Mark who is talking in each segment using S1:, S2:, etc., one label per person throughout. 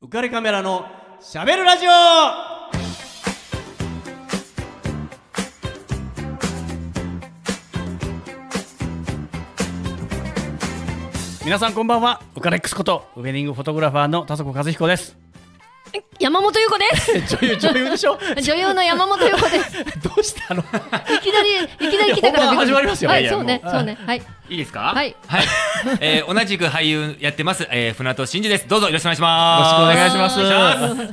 S1: 浮かれカメラのしゃべるラジオ
S2: 皆さんこんばんはウカレックスことウェディングフォトグラファーの田底和彦です
S3: 山本優子です。
S2: 女優女優でしょ
S3: 女優の山本優子 です。
S2: どうしたの
S3: いきなり、いきなり来たから
S2: いや本番始まりますよ
S3: はいい、
S2: やいや
S3: そうね、
S2: もう
S3: そうね、はい。
S4: いいですか
S3: はい
S4: はい、 えー、同じく俳優やってます、えー、船戸真二ですどうぞよろしくお願いします
S2: よろしくお願いします
S4: お願いし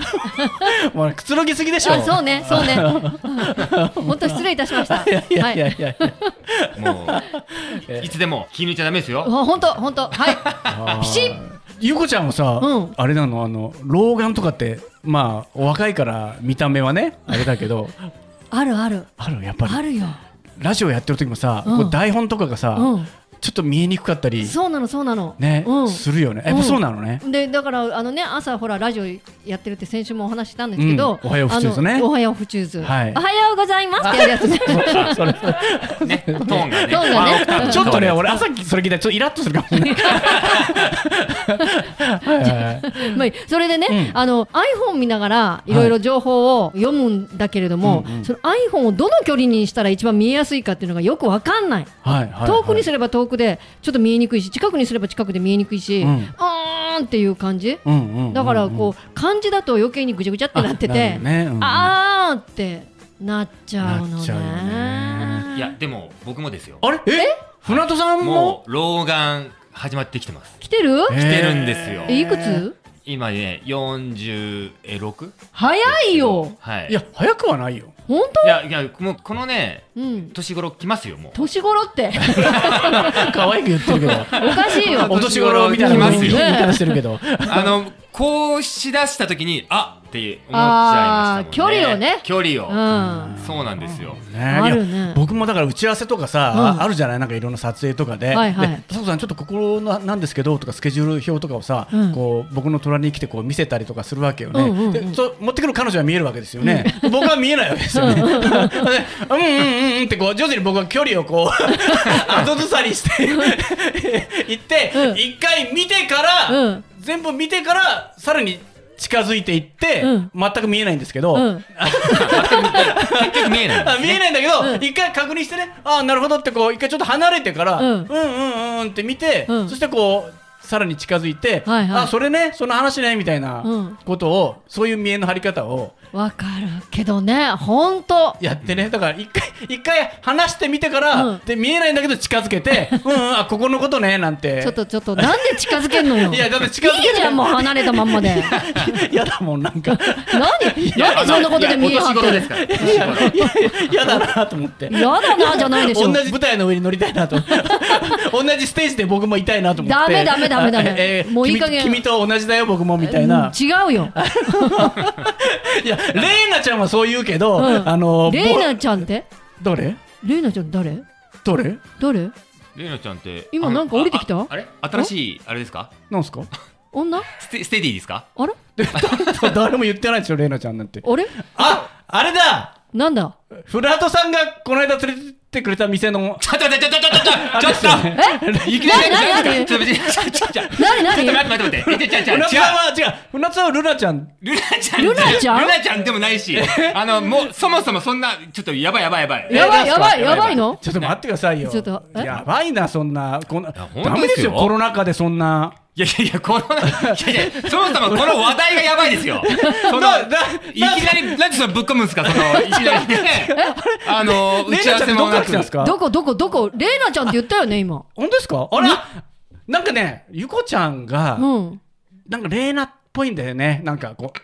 S4: ま
S2: もうくつろぎすぎでしょ
S3: あ、そうね、そ うね。本当失礼いたしました。はい
S2: やいやいやい
S3: い。
S2: や、
S4: すもういつでも気抜いちゃダメです よ
S3: 本当、本当、はい。ピシッ。
S2: ゆうこちゃんもさ、
S3: うん
S2: あれなのあの老眼とかってまあお若いから見た目はねあれだけ ど
S3: あるある。
S2: あるやっぱ
S3: あ
S2: り
S3: るよ。
S2: ラジオやってる時もさ、
S3: うん
S2: こう台本とかがさ、
S3: うん
S2: ちょっと見えにくかったり
S3: そうなの、そうなの。
S2: ね、
S3: うん。
S2: するよねやっぱそうなのね、
S3: うんでだからあのね朝ほらラジオやってるって先週もお話ししたんですけど、
S2: うんおはようフチューズね
S3: あのおはようフチューズ、
S2: はい
S3: おはようございますってやるや つね。
S2: それ
S4: ねトーンがね
S3: トーンがね
S4: ワンオクターブ
S2: ちょっとね、俺朝それ聞いたらちょっとイラッとするかも ね。はいはいはい
S3: まあ、それでね、
S2: うん
S3: あの iPhone 見ながらいろいろ情報を読むんだけれども、
S2: うんうん
S3: その iPhone をどの距離にしたら一番見えやすいかっていうのがよくわかんない。
S2: はいはい。
S3: 遠くにすれば遠くでちょっと見えにくいし近くにすれば近くで見えにくいし、
S2: う
S3: うんーんっていう感じ、
S2: うんうんうんうん
S3: だからこう漢字だと余計にぐちゃぐちゃってなって
S2: あなる
S3: て
S2: よねうん
S3: あーってなっちゃうの
S2: なっ
S3: ね
S2: ちゃうよね
S4: いやでも僕もですよ
S2: あれえ船戸さんも
S4: もう老眼始まってきてます
S3: 来てる、
S2: え
S4: 来てるんですよ
S3: えいくつ
S4: 今ね46
S3: 早いよ
S4: はい
S2: いや、早くはないよ。
S3: 本
S4: いやいやもうこのね
S3: 当、うん、
S4: 年頃来ますよもう
S3: 年頃って
S2: 可愛く言ってるけ ど。
S3: おかしいよ
S2: お年頃みたいな
S4: 来ますよ
S2: 言い方してるけど。
S4: あのこうしだした時にあって思っちゃいましたもん
S3: あー距
S4: ね
S3: 離をね
S4: 距離
S3: う
S4: を、
S3: ん
S4: そうなんですよ
S2: ね
S3: あるね
S2: いや僕もだから打ち合わせとかさ、
S3: うん
S2: あるじゃないなんかいろんな撮影とかで、
S3: はいはい
S2: で佐藤さんちょっと心のなんですけどとかスケジュール表とかをさ、
S3: うん
S2: こう僕の虎に来てこう見せたりとかするわけよね、
S3: うんうんうん
S2: でそう持ってくる彼女は見えるわけですよね、僕は見えないわけですよねでうんうんうんってこう徐々に僕は距離をこう 後ずさりして行って、
S3: うん
S2: 一回見てから、
S3: うん
S2: 全部見てからさらに近づいていって、
S3: うん
S2: 全く見えないんですけど、
S3: うん
S4: 結局見えない
S2: あ見えないんだけど、
S3: うん
S2: 一回確認してねあなるほどってこう一回ちょっと離れてから、う、
S3: うん
S2: う
S3: ん
S2: んうんうんって見て、
S3: うん
S2: そしてこうさらに近づいて、
S3: はいはい
S2: あそれねその話ねみたいな
S3: うん
S2: ことを、そういう見えの張り方を
S3: わかるけどね、本当。
S2: やってねだから一回一回話してみてから、
S3: うん
S2: で見えないんだけど近づけてうんうんあここのことねなんて
S3: ちょっとちょっと、なんで近づけんのよ。
S2: いやだって近づけ
S3: いいじゃん、もう離れたまんまで。
S2: 嫌だもんなんか
S3: 何、
S4: いや
S3: 何そんなことで見え張
S4: あ
S3: っ
S4: のい
S3: て
S4: やお年頃
S3: る
S4: です。から。お年頃
S2: 嫌だなと思って。
S3: やだな、じゃないでし
S2: 同
S3: ょ。
S2: じ舞台の上に乗りたい なと同じステージで僕もいたいなと思って
S3: ダメダメダメダメ
S2: あえー
S3: もういい
S2: 君
S3: 加減
S2: 君と同じだよ僕もみたい
S3: うん
S2: な、
S3: 違うよ。
S2: いやレイナちゃんはそう言うけど、
S3: うん
S2: あの
S3: レイナ
S2: ぼ
S3: ちゃんって
S2: どれ
S3: レイナちゃん誰
S2: どれ
S3: 誰
S4: レイナちゃんって
S3: 今
S4: あの
S3: なんか降りてきた
S4: あああれ新しいあれですか
S2: なんすか
S3: 女
S4: ステステディですか
S3: あれ
S2: 誰も言ってないでしょレイナちゃんなんて
S3: あれ
S2: ああれだ
S3: なんだ
S2: フラートさんがこの間連れてってくれた店の
S4: ちょっと待ってちょっとちょっとちょっとちょっと
S2: え
S4: いきなり
S3: ななな
S4: ちょっと待ってちょっとちょっとちょっとちょっと
S3: 何
S4: 待
S3: 何
S4: って待って待ってちょちょ
S2: 船
S4: ちょ
S2: 津
S4: 違
S2: さんは違う船津さんはルナちゃん
S4: うルナちゃん
S3: ルナちゃん
S4: ルナちゃんでもないしあのもうそもそもそんなちょっとやばいやばいやばい
S3: やば
S2: え
S3: い
S2: なんすか
S3: やばいやばいの
S2: ちょっと待ってくださいよ
S3: ちょっとえ
S2: やばいなそんなこんない
S4: や本当
S2: ダメですよ
S4: ですよ
S2: コロナ禍でそんない
S4: やいやいやこのいやいやそもそもこの話題がやばいですよその
S2: なない
S4: きなりなんでそのぶっ込むんですかそのいきなりね あの打
S2: レイ
S4: ち合
S2: ナ
S4: わ
S2: ちゃん
S4: せ
S2: ど
S4: も
S2: こか
S4: な
S2: ら来たんです
S4: く
S2: か
S3: どこどこどこレイナちゃんって言ったよね、今。
S2: 本当ですかあらなんかね、ゆこちゃんが、
S3: うん。
S2: なんかレイナっぽいんだよね。なんかこう。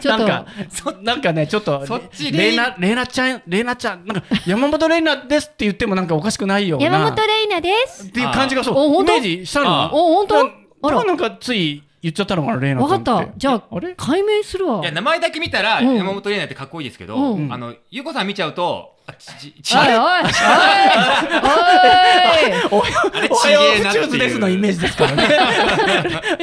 S3: ちょっと
S2: なんか、そなんかね、ちょっと、
S4: そっち
S2: レイナ、レイナちゃん、レイナちゃん、なんか、山本レイナですって言ってもなんかおかしくないような。
S3: レイナです。
S2: っていう感じがそう、
S3: あーお
S2: イ
S3: 本当
S2: メージした
S4: あ
S2: の。な
S3: お、本当あ
S2: だから
S3: ら。
S2: なんかつい言っちゃったのかな、レイナ
S3: わ
S2: ち
S3: か
S2: ゃん。
S3: ってた。じゃあ
S2: あれ、
S3: 解明するわ
S4: いや。名前だけ見たら
S3: うん
S4: 山本玲奈ってかっこいいですけど
S3: うん
S4: あのゆうこさん見ちゃうとあちち
S3: おいおいおいおい
S4: ちあれ
S2: おはよ
S4: あれ
S2: う、おはよ
S4: ちげえ
S2: う、
S4: なっ
S2: チュ
S4: ていう
S2: ーズですのイメージですからね。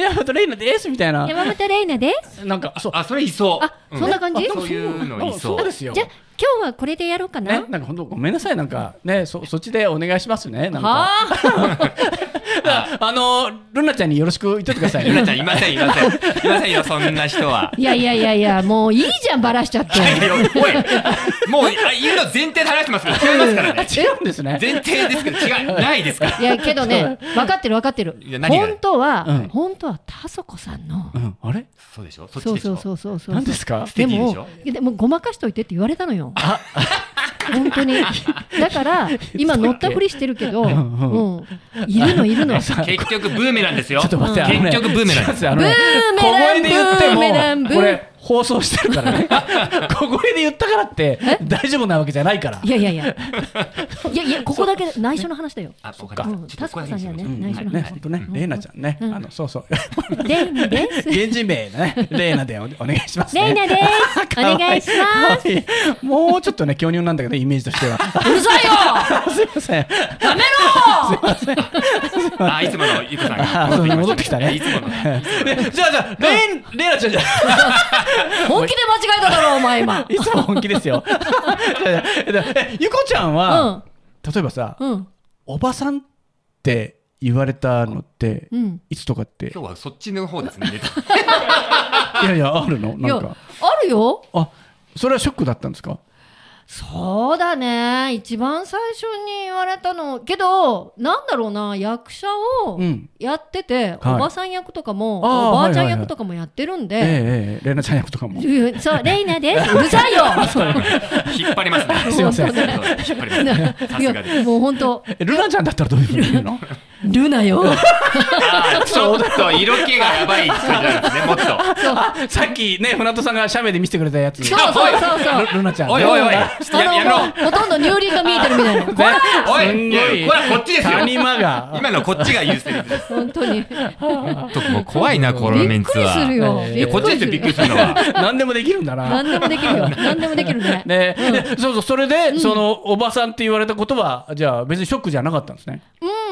S2: 山本レイナですみたいな。
S3: 山本玲奈です
S2: なんか、そう。
S4: あそれいそう
S3: あそんな感じ
S4: う
S3: あでも
S4: そういう
S2: あ
S4: のいそ
S2: そう
S4: う
S2: ですよ。
S3: 今日はこれでやろうか
S2: ね、なんか本当ごめんなさいなんかねそそっちでお願いしますねなんか
S3: はあ
S2: あのルナちゃんによろしく言っといてください
S4: ルナ
S2: ね
S4: ちゃんいませんいませんいませんよそんな人は い
S3: やいやいやいや、もういいじゃん、ばらしちゃって。
S4: いやおいもうあ言うの前提で話してますから違いますからね
S2: 違うんですね
S4: 前提ですけど違いないですから
S3: いや、けどね、分かってる分かってる
S4: いや。何が
S3: 本当は、
S2: うん
S3: 本当は、田底さんの
S2: う。んあれ
S4: そうでしょそっ
S3: そう
S4: ちでし
S3: そ
S4: ょ
S3: うそうそうそう。
S2: 何ですか
S4: 素敵でしょ
S3: もいやでもごまかしといてって言われたのよ。本当に。だから今乗ったふりしてるけど、うん
S2: うん
S3: ん、いるのいるの。
S4: 結局ブーメランですよ
S2: ちょっと待って、あのね
S4: 結局ブーメラン
S2: ちょっと待ってあの
S3: ブ
S2: ね小声
S3: ーメラン
S2: で言
S3: ブーメラン
S2: っ
S3: ブ
S2: て
S3: ー
S2: も、これ、放送してるからね。小声で言ったからって、大丈夫なわけじゃないから
S3: い。やいやいや。いやいやここだけ内緒の話だよ。
S4: あそっ
S3: うんタスクさんにはね
S2: うん
S3: 内緒の話
S2: ね、本当ね、レイナちゃんね、あの、そうそう。
S3: レイナです。
S2: 源氏名ね、レイナでおお願いしますね。
S3: レイナです。お
S2: 可愛い
S3: 願いします。
S2: 可愛いもうちょっとね、巨乳なんだけど、イメージとしては。
S3: うるさいよ。
S2: すいません。
S4: あいつもの ゆこさん
S2: あ
S4: が
S2: そう戻ってきたね
S4: いつもの
S2: でじゃあ、じゃあ、レイ、レイナちゃんじゃ
S3: 本気で間違えただろお前今。
S2: いつも本気ですよ。 じゃあじゃあえゆこちゃんは、例えばさ、
S3: うん
S2: おばさんって言われたのって、
S3: うん。
S2: いつとかって
S4: 今日はそっちの方ですねネタ
S2: いやいやあるの
S3: い
S2: な
S3: や
S2: んか
S3: あるよ。
S2: あそれはショックだったんですか
S3: そうだね一番最初に言われたのけどなんだろうな役者を
S2: うん
S3: やってて、
S2: はい
S3: おばさん役とかも
S2: あー
S3: おばあちゃ
S2: はいはいは
S3: ん
S2: い
S3: 役とかもやってるんで、
S2: ええええレナちゃん役と かも
S3: いやいやそうレイナですうるさいよ
S4: 引っ張りますね
S2: すいません
S4: そう引っ張りますさ
S3: い
S4: すがです
S3: やもう本当
S2: えルナちゃんだったらどういうふうに言う の
S3: ルナよ
S4: あ ーちょっと色気がやばい人じゃないですねもっと
S2: さっきね船戸さんが写メで見せてくれたやつ
S3: そうそうそうそう
S2: ルルナちゃん
S4: おいおいおい
S2: ね
S4: ちょっとややめろ
S3: あのほとんど乳輪が見えてるみたいな
S4: おい
S2: すんごい
S4: いやこれはこっちですよ
S2: 谷間が
S4: 今のこっちが言うセリフです
S3: 本当に
S4: ちょっともう怖いなこのメ
S3: びっ
S4: ンツ
S3: くり
S4: は
S3: するよ
S2: えー
S4: いやこっちですよびっくりする のは
S2: 何でもできるんだな
S3: 何でもできるよ何でもできるね
S2: ねでそうそうそれでそのおばさんって言われたことはじゃあ別にショックじゃなかったんですね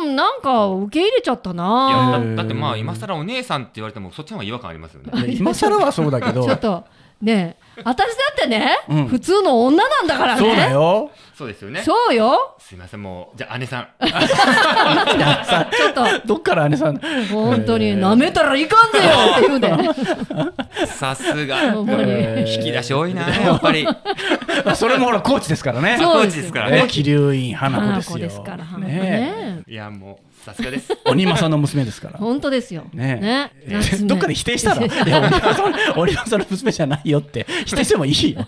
S3: うんなんか受け入れちゃった
S4: い
S3: な
S4: やだだってまあ今更お姉さんって言われてもそっちの方が違和感ありますよね
S2: 今更はそうだけど
S3: ちょっとねえ私だってね、
S2: うん
S3: 普通の女なんだからね
S2: そうだよ
S4: そうですよね
S3: そうよ
S4: すいませんもうじゃあ姉さ ん
S3: ちょっと
S2: どっから姉さん
S3: 本当になめたらいかんぜよって言うで
S4: さすが
S3: ほんまに
S4: 引き出し多いなやっ ぱり
S2: まあそれもほらコーチですからね
S3: そう
S4: コーチですから
S2: ね
S4: ね
S2: 桐生院花子ですよ
S3: 花子ですから花子ね
S2: ね
S4: いやもうさすがです
S2: え鬼政の娘ですから
S3: 本当ですよ
S2: ねえ
S3: ね
S2: えどっかで否定した らいや鬼政の鬼政の娘じゃないよって否定してもいいよ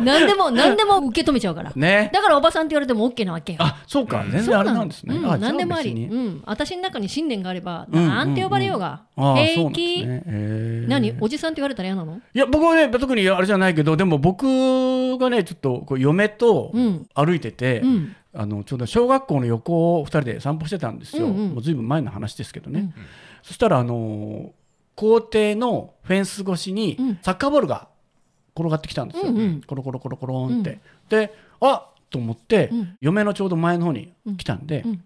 S3: 何でも何でも受け止めちゃうから、
S2: ね
S3: だからおばさんって言われても OK なわけよ
S2: あそうか全
S3: そう
S2: 然あ
S3: な
S2: れ
S3: の
S2: なんですね
S3: う
S2: あじゃ
S3: 何でもあり、
S2: 別に
S3: うん、私の中に信念があれば、
S2: うんうんうん
S3: なんて呼ばれようが、
S2: あーそうな
S3: 平
S2: んです
S3: 気、
S2: ねへえ
S3: 何おじさんって言われたら嫌なの
S2: いや僕はね特にあれじゃないけどでも僕がねちょっとこう嫁と
S3: うん
S2: 歩いてて、
S3: うん
S2: あのちょうど小学校の横を2人で散歩してたんですよ、
S3: うんうん
S2: もうずいぶん前の話ですけどね、
S3: うん
S2: そしたらあのー校庭のフェンス越しに
S3: うん
S2: サッカーボールが転がってきたんですよ、
S3: うんうん
S2: コロコロコロコロンって、
S3: うん
S2: であっと思って、
S3: うん
S2: 嫁のちょうど前の方に来たんで、
S3: うん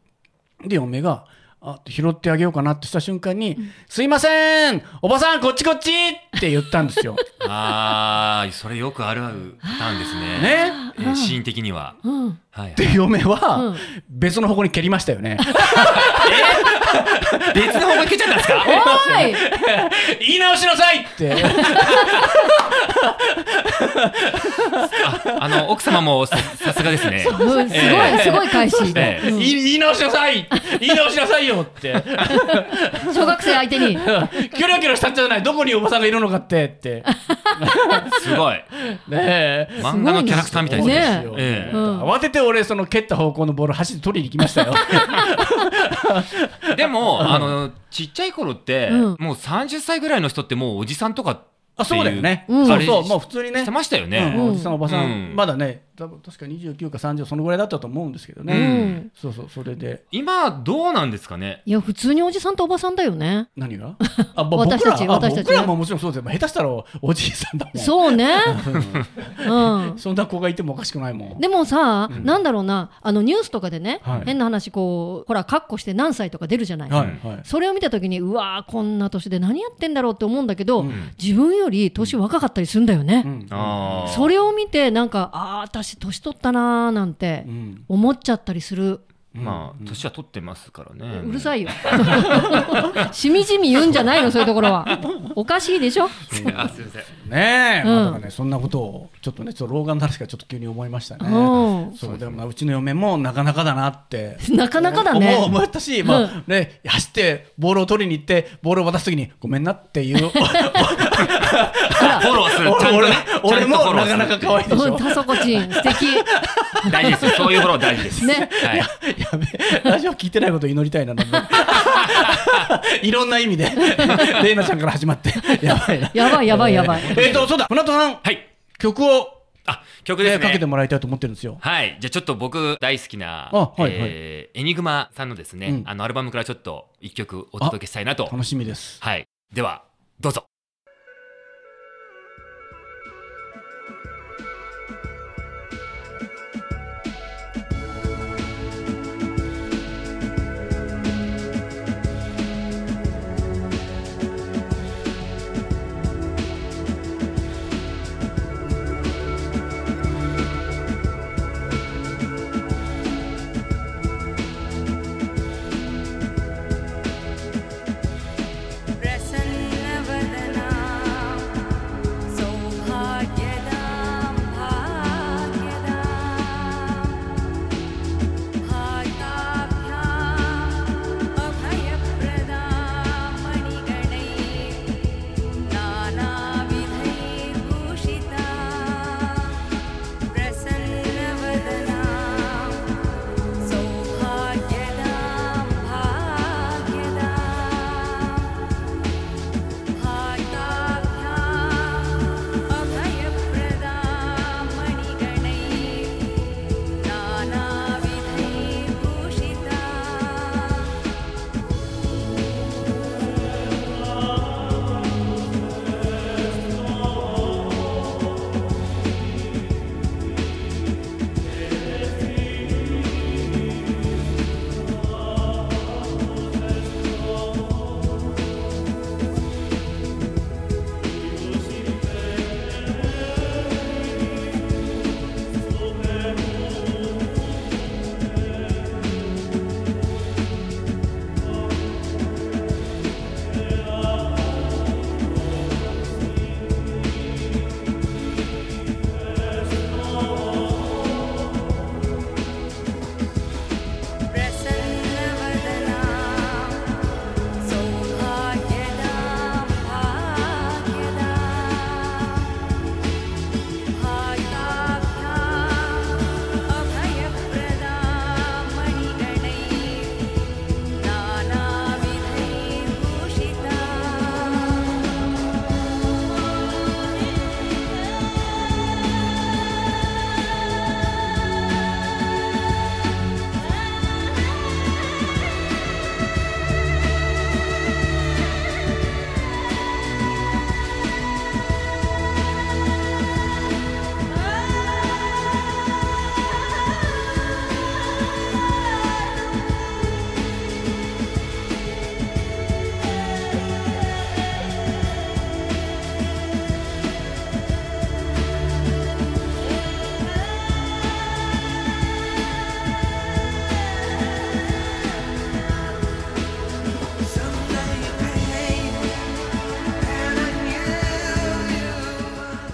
S2: で嫁があって拾ってあげようかなってした瞬間に「すいませんおばさんこっちこっち!」って言ったんですよ。
S4: ああそれよくあるあるパターンですね
S2: ね
S4: えーシーン的には
S3: うん
S4: はい
S2: で嫁は
S3: うん
S2: 別の方向に蹴りましたよね。
S4: 別の方向行けちゃったんですか
S3: おーい
S2: 言い直しなさいって。
S4: あの奥様もささすがですね
S3: うんすごい、すごい返し
S4: ええ
S2: 言い言い直しなさい言い直しなさいよって。
S3: 小学生相手に。
S2: キョロキョロしたんじゃないどこにおばさんがいるのかってって。
S4: すごい
S2: ねえ。
S4: 漫画のキャラクターみたいです
S3: ね
S2: そうですよ
S4: ええ
S3: うん
S2: 慌てて俺その蹴った方向のボール走って取りに行きましたよ。
S4: でも、あの、ちっちゃい頃って、
S3: うん
S4: もう30歳ぐらいの人ってもうおじさんとかっていう。
S2: あそうだよね。
S3: うん
S2: そ
S4: あ
S2: う
S4: れ
S2: そうもう普通にね
S4: して。ましたよ
S2: う
S4: ね。
S2: んおじさんおばさ
S4: うん
S2: んまだね多分確か29か30そのぐらいだったと思うんですけど
S4: う
S2: ね。
S4: ん
S2: そうそうそれで
S4: 今、どうなんですかね
S3: いや、普通におじさんとおばさんだよね。
S2: 何 があぼ
S3: 私たち
S2: 僕らあ
S3: 私たち
S2: 僕らももちろんそうですよ下手したらおじいさんだもん
S3: そうね。 うん。
S2: そんな子がいてもおかしくないもん
S3: でもさ、なんだろうな、あのニュースとかでね
S2: はい、
S3: 変な話、こう、ほら、カッコして何歳とか出るじゃない。
S2: はい
S4: うん
S2: はい
S3: それを見たときに、うわー、こんな年で何やってんだろうって思うんだけど
S4: ん、
S3: 自分より年若かったりするんだよ
S2: う
S3: ね。
S2: ん
S4: ああ。
S3: それを見て、なんか、ああ、私、年取ったなーなんて
S2: うん
S3: 思っちゃったりする。
S2: う
S4: まあ年は取ってますからね
S3: うるさいよ しみじみ言うんじゃないのそういうところはおかしいでしょ
S4: あすいません
S2: ねえ、
S3: うん
S2: まあだからねそんなことをちょっとねちょっと老眼の話がちょっと急に思いましたね。
S3: うん
S2: そうでもまあうちの嫁もなかなかだなって。
S3: なかなかだね
S2: 思う思ったし、まあね、走ってボールを取りに行ってボールを渡すときにごめんなっていう
S4: フォローするちゃんと
S2: 俺
S4: ね
S2: 俺
S4: ちゃん
S2: も
S4: とフォロ
S2: な
S4: ーす
S2: か
S4: る
S2: なか可愛いでし
S3: う
S2: ょ
S3: ん。タソコチン素敵
S4: 大事ですよそういうフォロー大事です
S3: ね
S4: はい
S2: やべえラジオ聞いてないこと祈りたいな、なんか いろんな意味で、レイナちゃんから始まって、やばいな。
S3: やばいやばいやばい、
S2: えっと、そうだ、船戸さん、
S4: はい
S2: 曲を、
S4: あ曲で
S2: え
S4: す
S2: ーかけて
S4: ね
S2: もらいたいと思ってるんですよ。
S4: はいじゃあちょっと僕大好きな
S2: あはいはい
S4: えーエニグマさんのです
S2: う
S4: ね
S2: ん
S4: あのアルバムからちょっと一曲お届けしたいなと
S2: 楽しみです。
S4: はいではどうぞ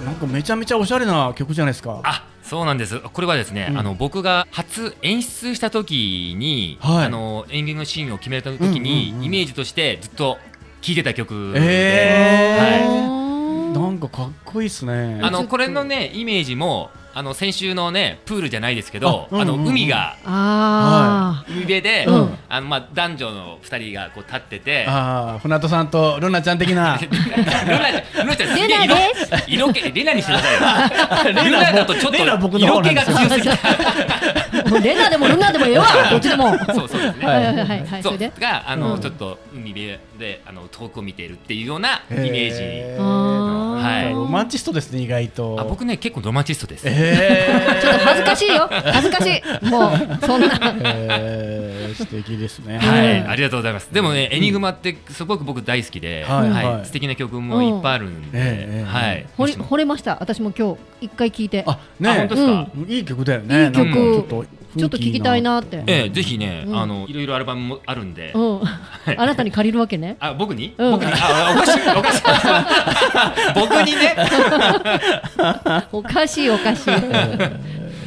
S2: なんかめちゃめちゃおしゃれな曲じゃないですか。
S4: あそうなんですこれはですね、
S2: うん
S4: あの僕が初演出した時に、
S2: はい
S4: あのエンディングシーンを決めた時に、
S2: うんうんうん
S4: イメージとしてずっと聴いてた曲で、
S2: え
S4: はい、
S2: ーなんかかっこいいっすね。
S4: あのこれのねイメージもあの先週のねプールじゃないですけど
S2: あ
S4: あ,、
S2: うんうんう
S4: の
S2: ん
S4: 海が
S3: ああ、
S4: 海辺で、
S3: うん
S4: あのまあ、男女の2人がこう立ってて。
S2: ああ、船戸さんとルナちゃん的 な。
S4: ルナちゃん、ルナちゃん、すげえ
S3: レナで
S4: 色、色気、レナにしてくださいよ。ルナだとちょっと
S2: レナ僕の方な
S4: 色気
S2: んで
S4: が
S2: すよ
S4: 強すぎた。
S3: もうレナでもルナでもええわどっちでもは
S4: そう、そうですね。
S2: はい
S3: いはいはいはいそれ
S4: そう
S3: で
S4: があの、
S3: うん
S4: ちょっと海辺であの遠くを見ているっていうようなイメージ。
S2: え
S3: あ
S4: は
S3: ー
S4: い
S2: ロマンチストですね、意外と。
S4: あ僕ね結構ロマンチストです。
S2: えー
S3: ちょっと恥ずかしいよ恥ずかしいもうそ んな
S2: えー素敵ですね。
S4: はい、
S3: うん
S4: ありがとうございます。でもね、エニグマってすごく僕大好きで、
S2: はい
S4: は
S2: はい
S4: い、素敵な曲もいっぱいあるん
S2: ええええ
S4: で、はい。
S3: 惚
S4: も
S3: れ
S4: しも
S3: 惚れました私も今日一回聞いて
S2: あ、
S4: あ
S2: ね
S4: 本当ですか
S2: うんいい曲だよね。
S3: いい
S2: な
S3: 曲
S2: んかちょっと
S3: ちょっと聞きたいなって。
S4: ええぜひね、
S3: うん
S4: あのいろいろアルバムもあるんで、
S3: うん、あなたに借りるわけね。
S4: あ僕に、
S3: うん
S4: 僕にあおかしいおかしい僕にね
S3: おかしいおかしい。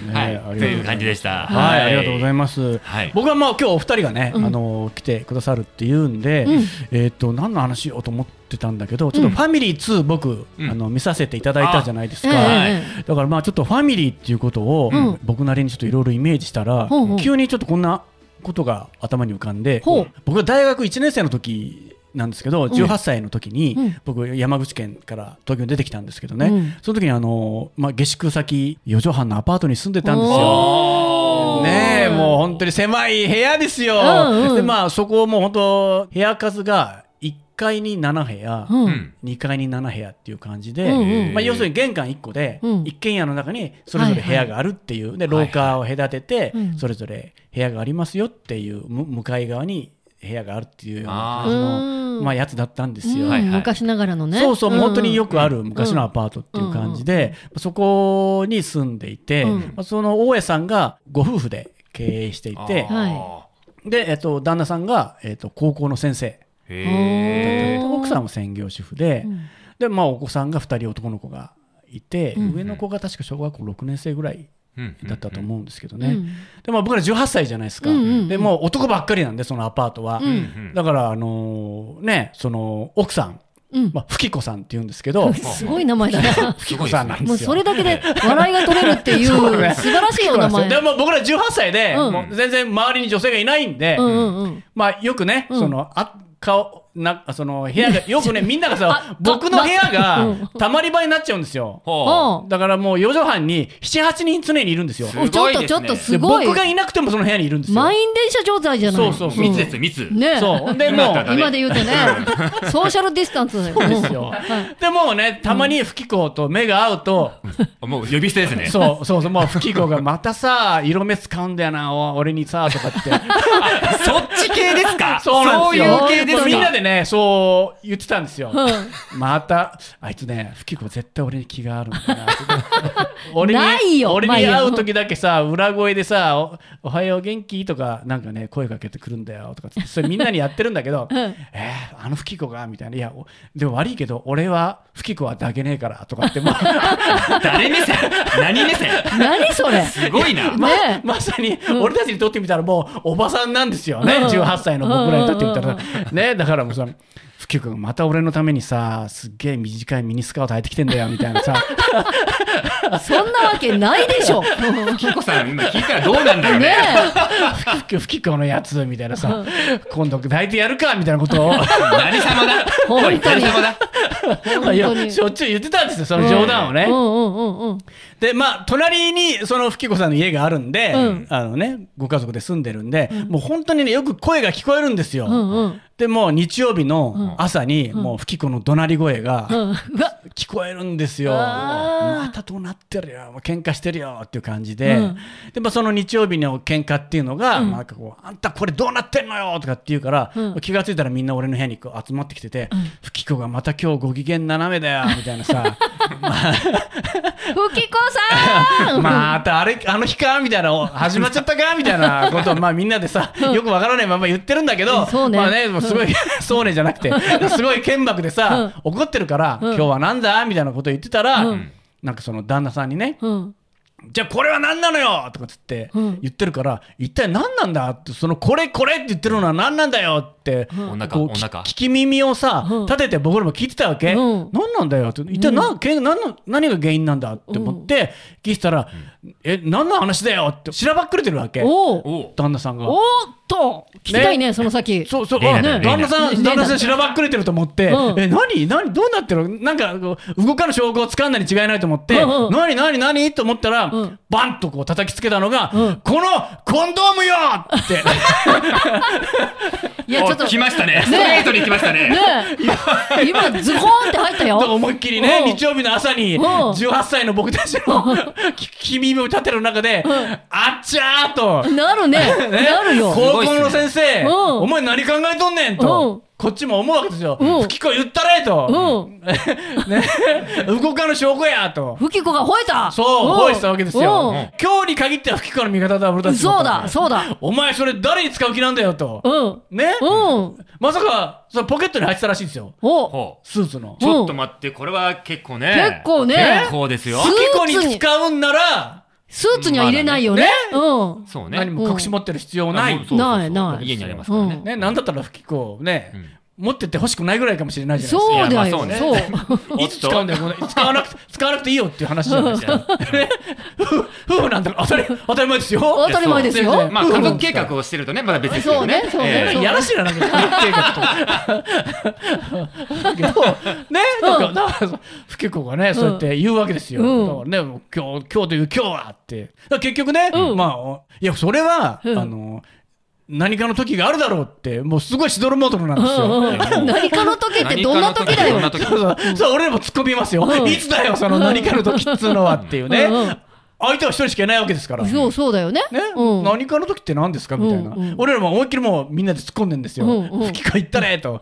S4: はいという感じで
S2: し
S4: した
S2: はい、ありがとうございます。
S4: はい
S2: 僕はまあ今日お二人がね、
S3: うん
S2: あの来てくださるっていうんで、
S3: うん
S2: えっ、と何の話をと思ってたんだけど、ちょっとファミリー2僕、
S4: うん
S2: あの見させていただいたじゃないですか。
S4: はい
S3: えええ
S2: だからまあちょっとファミリーっていうことを
S3: うん
S2: 僕なりにちょっといろいろイメージしたら
S3: ほうほう
S2: 急にちょっとこんなことが頭に浮かんで
S3: ほう
S2: 僕が大学1年生の時なんですけど18歳の時
S3: う
S2: に
S3: ん
S2: 僕山口県から東京に出てきたんですけど
S3: うん
S2: ねその時にあのまあ下宿先四畳半のアパートに住んでたんですよ。
S3: おー
S2: ねえもう本当に狭い部屋ですよ、
S3: うんうん
S2: でまあそこもう本当部屋数が1階に7部屋、
S3: うん
S4: うん
S2: 2階に7部屋っていう感じで、
S3: うん
S4: うん
S2: まあ、要するに玄関1個で、
S3: うん
S2: 一軒家の中にそれぞれ部屋があるっていう、で廊下を隔てて、
S3: うん
S2: それぞれ部屋がありますよっていうむ向かい側に部屋があるっていうような感じ
S3: あ
S2: の
S3: ー
S2: まあ、やつだったんです
S3: う
S2: よ。
S3: ん
S4: はいはい
S3: 昔ながらのね。
S2: そうそう、もう本当によ
S3: く。
S2: くある昔のアパートっていう感じで、そこに住んでいて、
S3: うん
S2: まあその大家さんがご夫婦で経営していて、
S3: は
S2: で、えっと、旦那さんが、えっと、高校の先生、
S4: いへえ
S3: おー
S2: 奥さんも専業主婦で、
S3: うん
S2: で、まあ、お子さんが2人男の子がいて、
S3: うん
S2: 上の子が確か小学校6年生ぐらいだったと思うんですけどね、
S3: うん
S2: でまあ僕ら18歳じゃないですか、
S3: うんうんうん
S2: でもう男ばっかりなんでそのアパートは、
S3: うん
S4: ん
S2: だからあのーねその奥さん、
S3: うん
S2: まあ、吹子さんって言うんですけど
S3: すごい名前だ な。
S4: す
S2: 吹子さんなんですよ
S3: もうそれだけで笑いが取れるってい
S2: そう
S3: う
S2: ね
S3: 素晴らしいお名前。
S2: でも僕ら18歳で、
S3: うん
S2: もう全然周りに女性がいないんで、
S3: うんうんうん。
S2: まあよくね、
S3: うん
S2: そのあ顔なその部 屋がよくねみんなが
S3: あ
S2: さ僕の部屋がたまり場になっちゃうんですよ。
S4: ほ
S2: だからもう4畳半に78人常にいるんですよ。
S4: す
S3: おちょっとちょっとすごい。
S2: で僕がいなくてもその部屋にいるんですよ。
S3: 満員電車状態じゃない。
S2: そうそう
S4: う密です密
S3: ねえ
S2: そうでもう
S4: だね
S3: 今で言うとね、ソーシャルディスタンスだよ。
S2: そうですよ
S3: はい。
S2: でもうね、たまに吹子と目が合うと、
S4: もう呼び捨てですね
S2: そうそうそう、もう吹子がまたさ、色目使うんだよな、お俺にさ、とかって。
S4: そっち系ですか
S2: そうなんですよ。
S4: そういう系です
S2: も
S4: か
S2: うみんなでね、そう言ってたんですよ。
S3: うん
S2: また、あいつね、吹子絶対俺に気があるんだ な。俺に
S3: ないよ
S2: 俺
S3: まあい
S2: に
S3: いよ
S2: 会う時だけさ、裏声でさ、おおはよう元気とか、なんかね、声かけてくるんだよとかつって、それみんなにやってるんだけど、えー、あの吹子がみたいな、いや、おでも悪いけど、俺は吹子は抱けねえからとかって、もう
S4: 誰目線何目線
S3: 何それ。
S4: すごいな
S3: ねえ
S2: まさに俺たちにとってみたらもうおばさんなんですよね、18歳の僕らにとってみたら、ね、だからもうさ、吹子がまた俺のためにさ、すっげえ短いミニスカート履いてきてんだよみたいな さ。
S3: そんなわけないでしょ。
S4: キコさん今聞いたらどうなんだろう
S3: ね
S4: ね
S2: ふきこのやつみたいなさ、今度抱いてやるかみたいな ことを
S4: 何様だ
S3: 本当に
S4: おい何様だ
S3: 当に
S2: いや しょっちゅう言ってたんですよ、その冗談を
S3: え。
S2: ね。
S3: うんうんうんうん。
S2: で、まあ、隣にそのふきこさんの家があるんで、
S3: うん
S2: あのね、ご家族で住んでるんで、もう本当にね、よく声が聞こえるんですよ。
S3: うんうん。
S2: でもう日曜日の朝に、もうふきこの怒鳴り声が
S3: うん、うわ
S2: 聞こえるんですよ。
S3: あー
S2: また怒鳴ってるよ、もう喧嘩してるよっていう感じで、
S3: うん
S2: で、まあ、その日曜日の喧嘩っていうのが、まあなんかこう、あんたこれどうなってんのよとかって言うから、
S3: うん
S2: 気がついたらみんな俺の部屋にこう集まってきてて、吹子がまた今日ご機嫌斜めだよみたいなさ、
S3: ふきこさん
S2: またあれ、あの日かみたいな、お始まっちゃったかみたい なことを、まあみんなでさ、よくわからないまま言ってるんだけど、
S3: そうね
S2: まあね、もうすごい、そうねじゃなくて、すごい剣幕でさ、怒ってるから、
S3: うん
S2: 今日はなんだみたいなことを言ってたら、
S3: うん
S2: なんかその旦那さんにね、
S3: うん。
S2: じゃあこれは何なのよとかつって
S3: うん
S2: 言ってるから、一体何なんだって、そのこれこれって言ってるのは何なんだよって、
S4: 女か
S2: こうき
S4: 女か
S2: 聞き耳をさ、
S3: うん
S2: 立てて僕らも聞いてたわけ、
S3: うん
S2: 何なんだよって一体な、け何の何が原因なんだって思って聞いてたら、え何の話だよってしらばっくれてるわけ
S3: おう
S4: おう
S2: 旦那さんが
S3: お。っと聞きたいねその先。
S2: そうそう、
S4: レイナ
S2: あ
S4: だよ
S2: 旦那さ
S3: レイ
S2: ん、
S3: ナ
S2: 旦那さんしらばっくれてると思って、
S3: うん
S2: え、何何どうなってるなんかこう、動かぬ証拠をつかんだに違いないと思って、
S3: うんうん
S2: 何何何と思ったら、
S3: うん
S2: バンとこう叩きつけたのが、
S3: うん
S2: このコンドームよって。
S3: いやちょっと
S4: お来
S3: ね
S4: ましたねストレートに来ましたね
S3: え今ズコーンって 入
S2: だ
S3: った
S2: から
S3: よ。
S2: 思いっきりね、
S3: うん
S2: 日曜日の朝に、
S3: うん
S2: 18歳の僕たちのき君を立てる中で、あっちゃーと、
S3: なるね。なるよ。
S2: 高校の先生、
S3: う
S2: お
S3: ん
S2: 前何考えとんねんと、こっちも思うわけですよ。
S3: うん
S2: 吹き子言ったれと。
S3: うん。
S2: ね。 動かぬ証拠やと。
S3: フキコが吠えた
S2: そう、
S3: ん
S2: 吠えてたわけですよ。
S3: う
S2: うん
S3: ん
S2: 今日に限っては吹き子の味方だ、俺たちの
S3: そうだ、そうだ。
S2: お前それ誰に使う気なんだよと。
S3: うん。
S2: ね。
S3: うん。
S2: まさか、それポケットに入ってたらしいんですよ。
S3: お
S4: ほう
S2: スーツの。
S4: ちょっと待って、これは結構ね。
S3: 結構ね
S4: 結構ですよ。
S3: ス
S2: 吹き子
S3: ーツ
S2: に
S3: に
S2: 使うんなら、
S3: スーツには入れないよね。うん。
S4: そうね。
S2: 何も隠し持ってる必要な
S4: あもう
S2: い。
S4: そうそうそう
S3: ないない
S4: 家にありますからね。
S2: ね、なんだったら吹き子をね、持ってって欲しくないぐらいかもしれないじゃないですか。
S3: そう
S4: いやま
S3: だ
S4: あ
S3: よ
S4: そう。ね
S3: そう。
S2: いつ使うんだよ、これ。使わなくて、使わなくていいよっていう話じゃないですか。ね夫婦夫婦なんだから当たり、当たり前ですよ。
S3: 当たり前です
S2: いやそう
S3: よ。
S4: まあ、家族計画をしてるとね、まだ別ですけどね。
S3: そうねそうね
S4: ええ
S3: そう
S2: やらしいな、なんか、計画とか。けど、ね、だから、だから、ふけ子がね、そうやって言うわけですよ。
S3: うん
S2: だからね、もう今日、今日という今日はって。だから結局ね、まあお、いや、それは、
S3: うん
S2: あの、何かの時があるだろうって、もうすごいしどろもどろなんですよ。
S3: うんうん。何かの時ってどんな時だ
S4: どんな
S3: よ。
S4: 時
S2: そうそうそう俺らも突っ込みますよ、
S3: うん
S2: いつだよその何かの時っつうのはっていうね、
S3: うんうん
S2: 相手は一人しかいないわけですからね、
S3: そう、そうだよね。うん。
S2: 何かの時って何ですかみたいな、
S3: うんうん
S2: 俺らも思いっきりもうみんなで突っ込んでんですよ、
S3: うんうん
S2: 吹き替え行ったれと、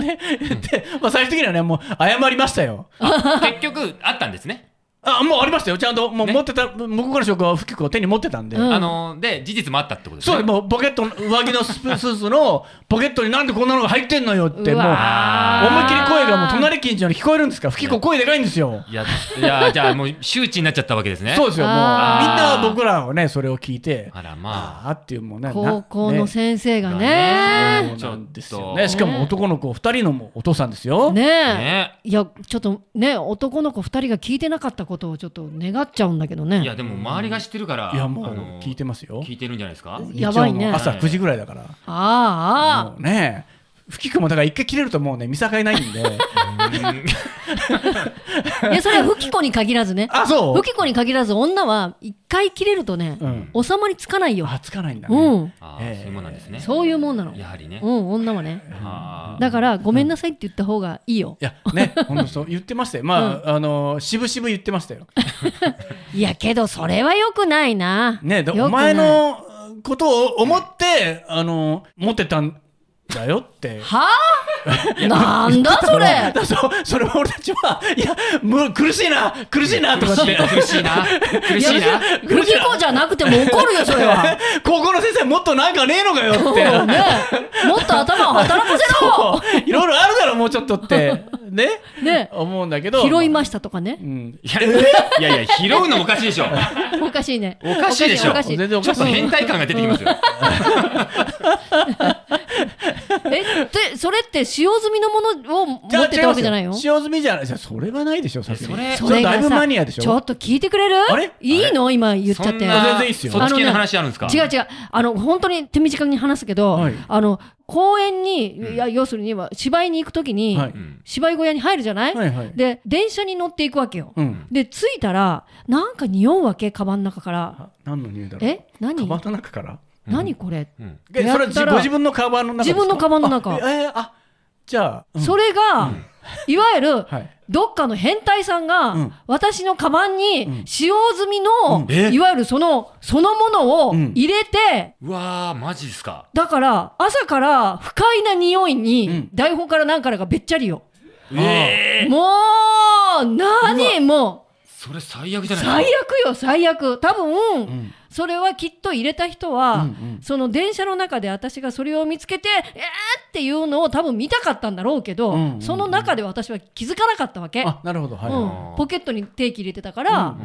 S2: ね で、まあ、最終的にはねもう謝りましたよ
S4: 結局、あったんですね。
S2: あもうありましたよちゃんともう
S4: ね
S2: 持ってた、向こうから証拠は吹き替えを手に持ってたんで、
S3: うん
S4: あの、で、事実もあったってことです
S2: そう
S4: ね。
S2: ですもうポケットの上着のス ーツのポケットになんでこんなのが入ってんのよってもう思いっきり声がもう隣近所に聞こえるんですから吹き替え声でかいんですよ
S4: いや、いや、じゃあもう周知になっちゃったわけですね。
S2: そうですよ、もう、みん
S3: あ
S4: ー
S2: な僕らはね、それを聞いて、
S4: あらまあ。
S2: ああっていう、もうね、な
S3: 高校の先生が
S4: ね
S3: ね。
S2: ねそうなんです
S4: ちょ
S2: よ
S4: っと
S2: ね。しかも男の子2人のもお父さんですよ。
S3: ねえ。
S4: ね。
S3: いや、ちょっとね、男の子二人が聞いてなかったことをちょっと願っちゃうんだけど
S4: いや、
S3: ね。
S4: でも周りが知ってるから。
S2: いや、もう
S4: あの
S2: 聞いてますよ。
S4: 聞いてるんじゃないですか
S3: やばいね
S2: 日曜の朝9時ぐらいだから。
S3: あ
S2: もうね、吹き子もだから一回切れるともうね、見境ないん で。
S3: あ、ああ。いや、それはフキコに限らずね。
S2: あ、そう
S3: フキコに限らず女は一回切れるとね、
S2: うん。
S3: 収まりつかないよ。
S2: あ、つかないんだね。
S3: うん。
S4: ああ、
S2: ええ
S4: そういうもんなんですね。
S3: そういうもんなの。
S4: やはりね
S3: う。ん、女はね。
S4: ああ
S3: だから、ごめんなさいって言った方がいいよ。
S2: いや、ね、ほんとそう言ってましたよ。まあ、あの、渋々言ってましたよ。
S3: いや、けど、それは良くないな。
S2: ね、だ
S3: 良
S2: お
S3: くな
S2: 前。
S3: い
S2: のことを思って、あの、持ってたんだよって。
S3: は あなんだそれ
S2: だ そうそれは俺たちは、いや、もう苦しいな、苦しいなとかって。
S4: 苦しいな。苦しいな。
S3: フキコじゃなくても怒るよ、それ は。
S2: 高校の先生もっとなんかねえのかよ
S3: そう
S2: っ
S3: ね
S2: て。。
S3: もっと頭を働かせろ
S2: そういろいろあるだろ、もうちょっと って。ね
S3: ね
S2: 思うんだけど。
S3: 拾いま
S2: し
S3: したとかね
S2: う。ん。
S4: いやいやいや、拾うのもおかしいでしょ。
S3: おかしいね。
S4: おかしいでしょ
S3: おかしい
S2: 全然お
S4: ちょ
S2: か
S4: っ
S2: しい
S4: と。変態感が出てきますよ。
S3: え、で、それって使用済みのものを持ってたわけじゃないよ。
S2: 使用済みじゃない。じゃあそれはないでしょ、さすがに。
S4: えそ
S2: それだいぶマニアでし
S3: ちょ
S2: ょ。
S3: っと聞いてくれる
S2: あれ
S3: いいの今言っちゃ
S4: そ
S3: っ
S4: ん
S3: て。
S4: な
S2: 全然いいっすよ
S4: そっち系の話あるんですか
S3: 違う違う。あの、本当に手短に話すけど、
S2: はい
S3: あの、公園に、いや、要するには芝居に行くときに、
S2: はい
S4: うん
S3: 芝居小屋に入るじゃない、
S2: はいはい。
S3: で、電車に乗っていくわけよ。
S2: うん。
S3: で、着いたら、なんか匂うわけ、カバンの中から。
S2: あ何の匂いだろう。
S3: え何
S2: カバンの中から
S3: 何これ、
S4: うん
S2: えそれはじ
S3: やったら
S2: ご自分のカバンの中ですか
S3: 自分のカバンの中
S2: あえーあ、じゃあ。うん
S3: それが、いわゆる、
S2: はい。
S3: どっかの変態さんが、
S2: うん
S3: 私のカバンに
S2: ん
S3: 使用済みの、
S2: うんえ
S3: いわゆるその、そのものを
S2: うん
S3: 入れて、
S4: うわー、マジですか。
S3: だから、朝から不快な匂いに、
S2: ん
S3: 台本から何からがべっちゃりよ。
S2: え
S3: もう、何も
S4: それ最悪じ
S3: う、
S4: ゃな
S3: 最
S4: いですか。
S3: 悪よ、最悪。多分、
S2: ん
S3: それはきっと入れた人は、
S2: うんうん
S3: その電車の中で私がそれを見つけて、えーっていうのを多分見たかったんだろうけど、
S2: うんうんうん
S3: その中で私は気づかなかったわけ。
S2: あ、なるほど。はい。
S3: うん、ポケットに定期入れてたから、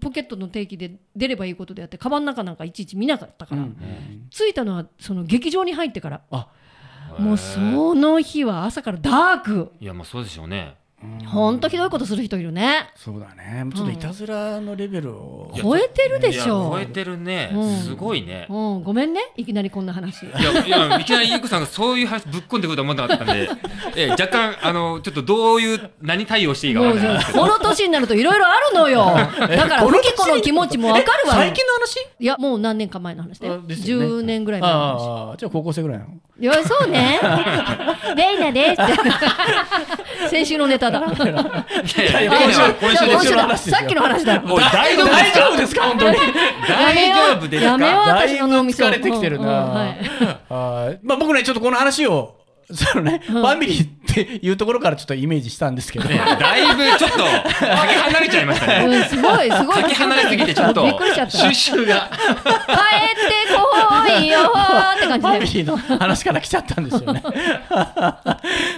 S3: ポケットの定期で出ればいいことであってカバンの中なんかいちいち見なかったから、着いたのはその劇場に入ってから
S2: あ
S3: もうその日は朝からダーク
S4: いや、まあそうでしょうね。
S3: ほんとひどいことする人いるね
S2: そうだね。ちょっといたずらのレベルを。
S3: 超えてるで
S4: い
S3: し
S4: や、
S3: ょ
S4: 超えてるね
S3: うん。
S4: すごいね
S3: う。ん、ごめんねいきなりこんな話
S4: いや、いや、いきなりゆうこさんがそういう話ぶっこんでくるとは思わなかったんで、ええ若干、あの、ちょっとどういう、何対応していいか
S3: も
S4: わか
S3: うん
S4: ない。
S3: この年になるといろいろあるのよだからフキコの気持ちもわかるわよ
S2: 最近の話
S3: いやもう何年か前の話で
S2: あですよね
S3: 10年ぐらい前の話
S2: ああ、じゃあ高校生ぐらいなの。
S3: いや、そうね。レイナです。先週のネタだ。
S4: いやいや
S2: 今週
S4: いや今週
S3: 今
S4: で
S3: 週
S4: し
S3: の
S4: ょ。
S3: 話さっきの話だよ。
S4: おい大丈夫
S2: 大丈夫ですか本 当に。
S4: 大丈夫です
S3: やめよう、
S4: か
S2: だ
S3: やめよう
S2: い
S3: 私
S2: ぶ
S3: の脳みそ。
S2: 疲れてきてる
S3: うんうんは。
S2: ないあーまあ僕ね、ちょっとこの話を そのね、ファミリーっていうところからちょっとイメージしたんですけど、
S4: ねだいぶちょっと、かけ離れちゃいましたね。
S3: うん、すごい、すごい。
S4: かけ離れすぎてちょっと
S3: びっくりしちゃった。帰
S4: 収
S3: って
S4: 集が
S3: こいよーって
S2: ファ
S3: 感
S2: ミ
S3: じで。
S2: リーの話から来ちゃったんです よね。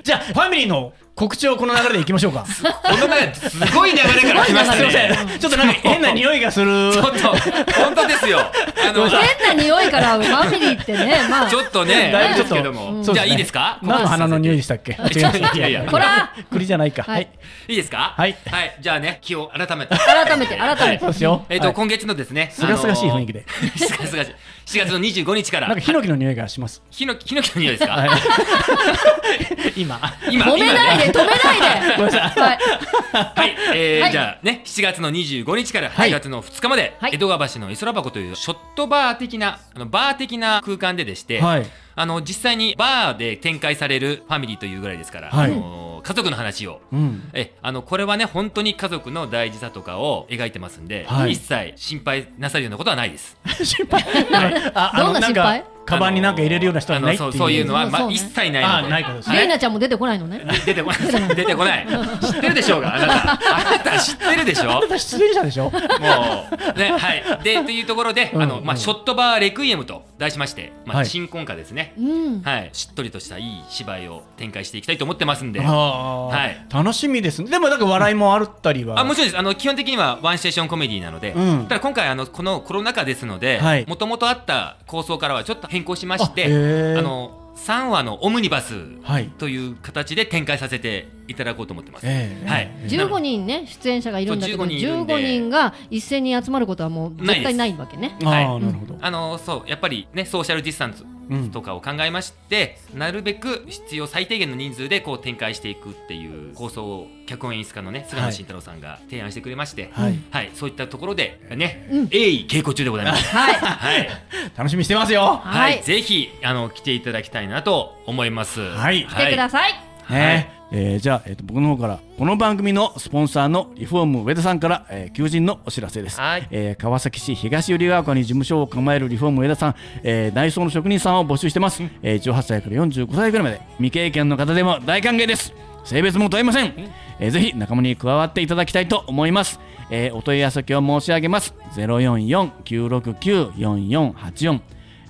S2: じゃあ、ファミリーの告知をこの流れでいきましょう か。すい
S4: この前すごい流れから来ました
S2: ませ
S4: ね
S2: ん。ちょっとなんか変な匂いがす る。
S4: ちょっと本当ですよあのち
S3: 変な匂いから、ファミリーってね、まあ、
S4: ょっと ね
S2: だいぶちょ
S4: あれで
S2: っ
S4: す
S2: と
S4: けども、
S2: そうで
S4: じ
S2: す
S4: ゃあ
S2: ね
S4: いいですか
S2: 何の花の匂いでしたっけ違います。
S4: いやいや
S3: こら
S2: 栗じゃないか。は
S3: はいい。
S4: いいですか
S2: はい
S4: はい、じゃあね気を改めて
S3: 改めて改めて
S2: そうですよ。
S4: えっと、
S2: はい
S4: 今月のですね、
S2: すがすがしい雰囲気で
S4: あの ー。すがすがしい。4月の25日か
S2: なん
S4: ら
S2: か、ヒノキの匂いがします。
S4: ヒノキ、ヒノキの匂いですか、
S2: 今。
S4: 今、
S3: 止
S4: 今
S3: めない
S4: ね
S3: で、止めないで。
S2: ごめんなさい。
S3: はい。
S4: はい、えー
S3: はい
S4: じゃあね、7月の25日から
S2: はい
S4: 8月の2日まで、
S3: はい
S4: 江戸川橋のイソラ箱というショットバー的な、あのバー的な空間ででして、
S2: はい
S4: あの、実際にバーで展開されるファミリーというぐらいですから、
S2: はい
S4: あのー家族の話を、
S2: うん。
S4: えあのこれはね本当に家族の大事さとかを描いてますんで、
S2: はい
S4: 一切心配なさるようなことはないです。
S2: 心配。ああの
S3: どんな
S2: なん
S3: 心配
S2: かカバンになんか入れるような人はいない
S4: あ
S2: ってい
S4: の
S2: う。
S4: そうそういうのは、まあ
S3: そうね
S4: 一切ないの
S2: あ
S4: で。
S2: ないことです
S3: レイ
S2: ね。
S3: ナちゃんも出てこないのね。
S4: 出てこない。出てこない。知ってるでしょうが。あなた、あなた知ってるでしょ。も
S2: あなた出演者でしょ。
S4: うね、はい。でというところで、
S2: うん
S4: あのま
S2: う
S4: あ
S2: ん
S4: ショットバーレクイエムと題しまして、ま
S2: は
S4: あ
S2: い
S4: 新婚歌ですね
S3: う。ん。
S4: はい。しっとりとしたいい芝居を展開していきたいと思ってますんで。あ、
S2: あ
S4: は
S2: ー
S4: い
S2: 楽しみですね。でもなんか笑いもあったりは。
S4: もちろんです。あの基本的にはワンステーションコメディなので、
S2: うん
S4: ただ今回あのこのコロナ禍ですので
S2: はい、
S4: もともとあった構想からはちょっと変更しまし
S2: あへ
S4: て、
S2: ー
S4: あの3話のオムニバス
S2: はい
S4: という形で展開させていただこうと思ってます。
S2: ええ
S4: はい。
S3: 15人ね出演者がいるんだけど
S4: そう15人いるん
S3: 15
S4: で
S3: 人が一斉に集まることはもう絶対ないわけね
S2: ああ
S4: は
S2: ー
S4: い
S2: なるほど。
S4: あのそうやっぱりねソーシャルディスタンスとかを考えまして、なるべく必要最低限の人数でこう展開していくっていう構想を脚本演出家のね菅野慎太郎さんが提案してくれまして、
S2: は
S4: はいい、そういったところでね、
S3: うん
S4: 鋭意稽古中でございます。
S3: はい
S4: はい、
S2: 楽しみにしてますよ。
S3: は
S4: はい
S3: い
S4: ぜひあの来ていただきたいなと思います。
S2: はい
S3: 来てください
S2: ねえーじゃあ、えーと僕の方からこの番組のスポンサーのリフォーム上田さんから、えー求人のお知らせです、
S4: はい
S2: えー川崎市東百合ヶ丘に事務所を構えるリフォーム上田さん、えー内装の職人さんを募集してます、えー18歳から45歳ぐらいまで未経験の方でも大歓迎です性別も問いません、えーぜひ仲間に加わっていただきたいと思います、えーお問い合わせ先を申し上げます044-969-4484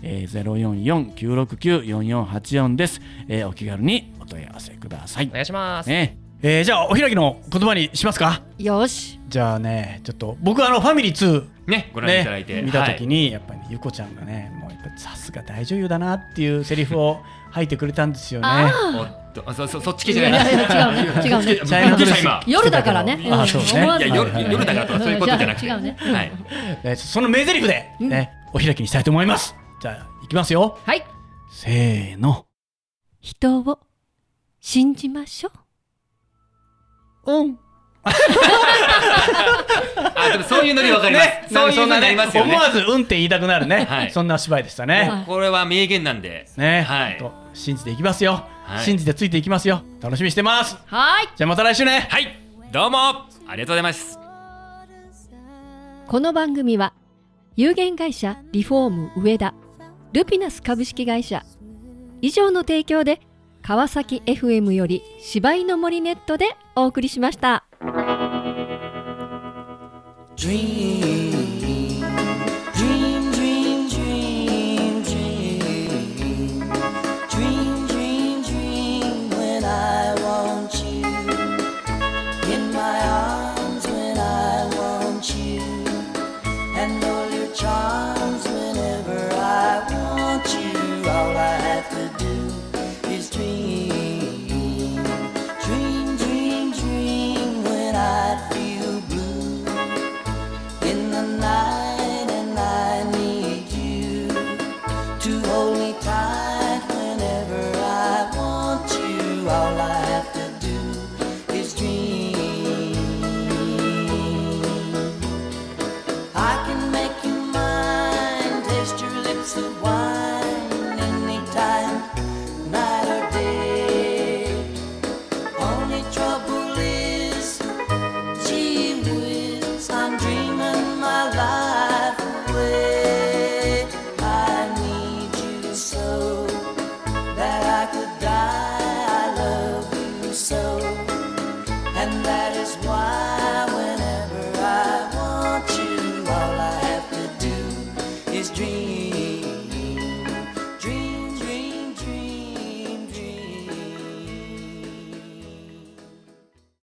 S2: えー、044-969-4484です、えーお気軽にお問い合わせください。
S4: いします。
S2: ねえーじゃあお開きの言葉にしますか
S3: よし
S2: じゃあねちょっと僕あのファミリー2
S4: ねご覧いただいて、
S2: ね、見た時にやっぱり、ゆこちゃんがねもうやっぱりさすが大女優だなっていうセリフ を吐いてくれたんですよね
S4: はい、おっとあそそそっち系
S3: い
S4: じ
S3: や
S4: ゃ
S3: い
S4: ない。
S3: や違うね違うね
S2: チャイナドレス
S4: びっくりした今
S3: 夜だからね
S2: あそうね
S3: 思わ
S4: い
S3: ず
S4: や
S2: はい
S4: 夜
S2: はいはい
S4: 夜だからとかそういうことじゃなくて、
S3: 違うね
S4: はい。
S2: えーその名台詞でね、お開きにしたいと思いますじゃあいきますよ
S3: はい
S2: せーの
S3: 人を信じましょ
S2: うん
S4: あでもそういうのにわかります。そういうのになりますよね。
S2: 思わずうんって言いたくなるね、
S4: はい
S2: そんなお芝居でしたね、
S3: はい
S4: これは名言なんで。
S2: ね、
S4: はい
S2: ほんと信じていきますよ、
S4: はい
S2: 信じてついていきますよ楽しみにしてます
S3: うはい
S2: じゃあまた来週ね
S4: はい、どうもありがとうございます。
S3: この番組は有限会社リフォーム上田ルピナス株式会社以上の提供で川崎 FM より芝居の森ネットでお送りしました。
S5: Dream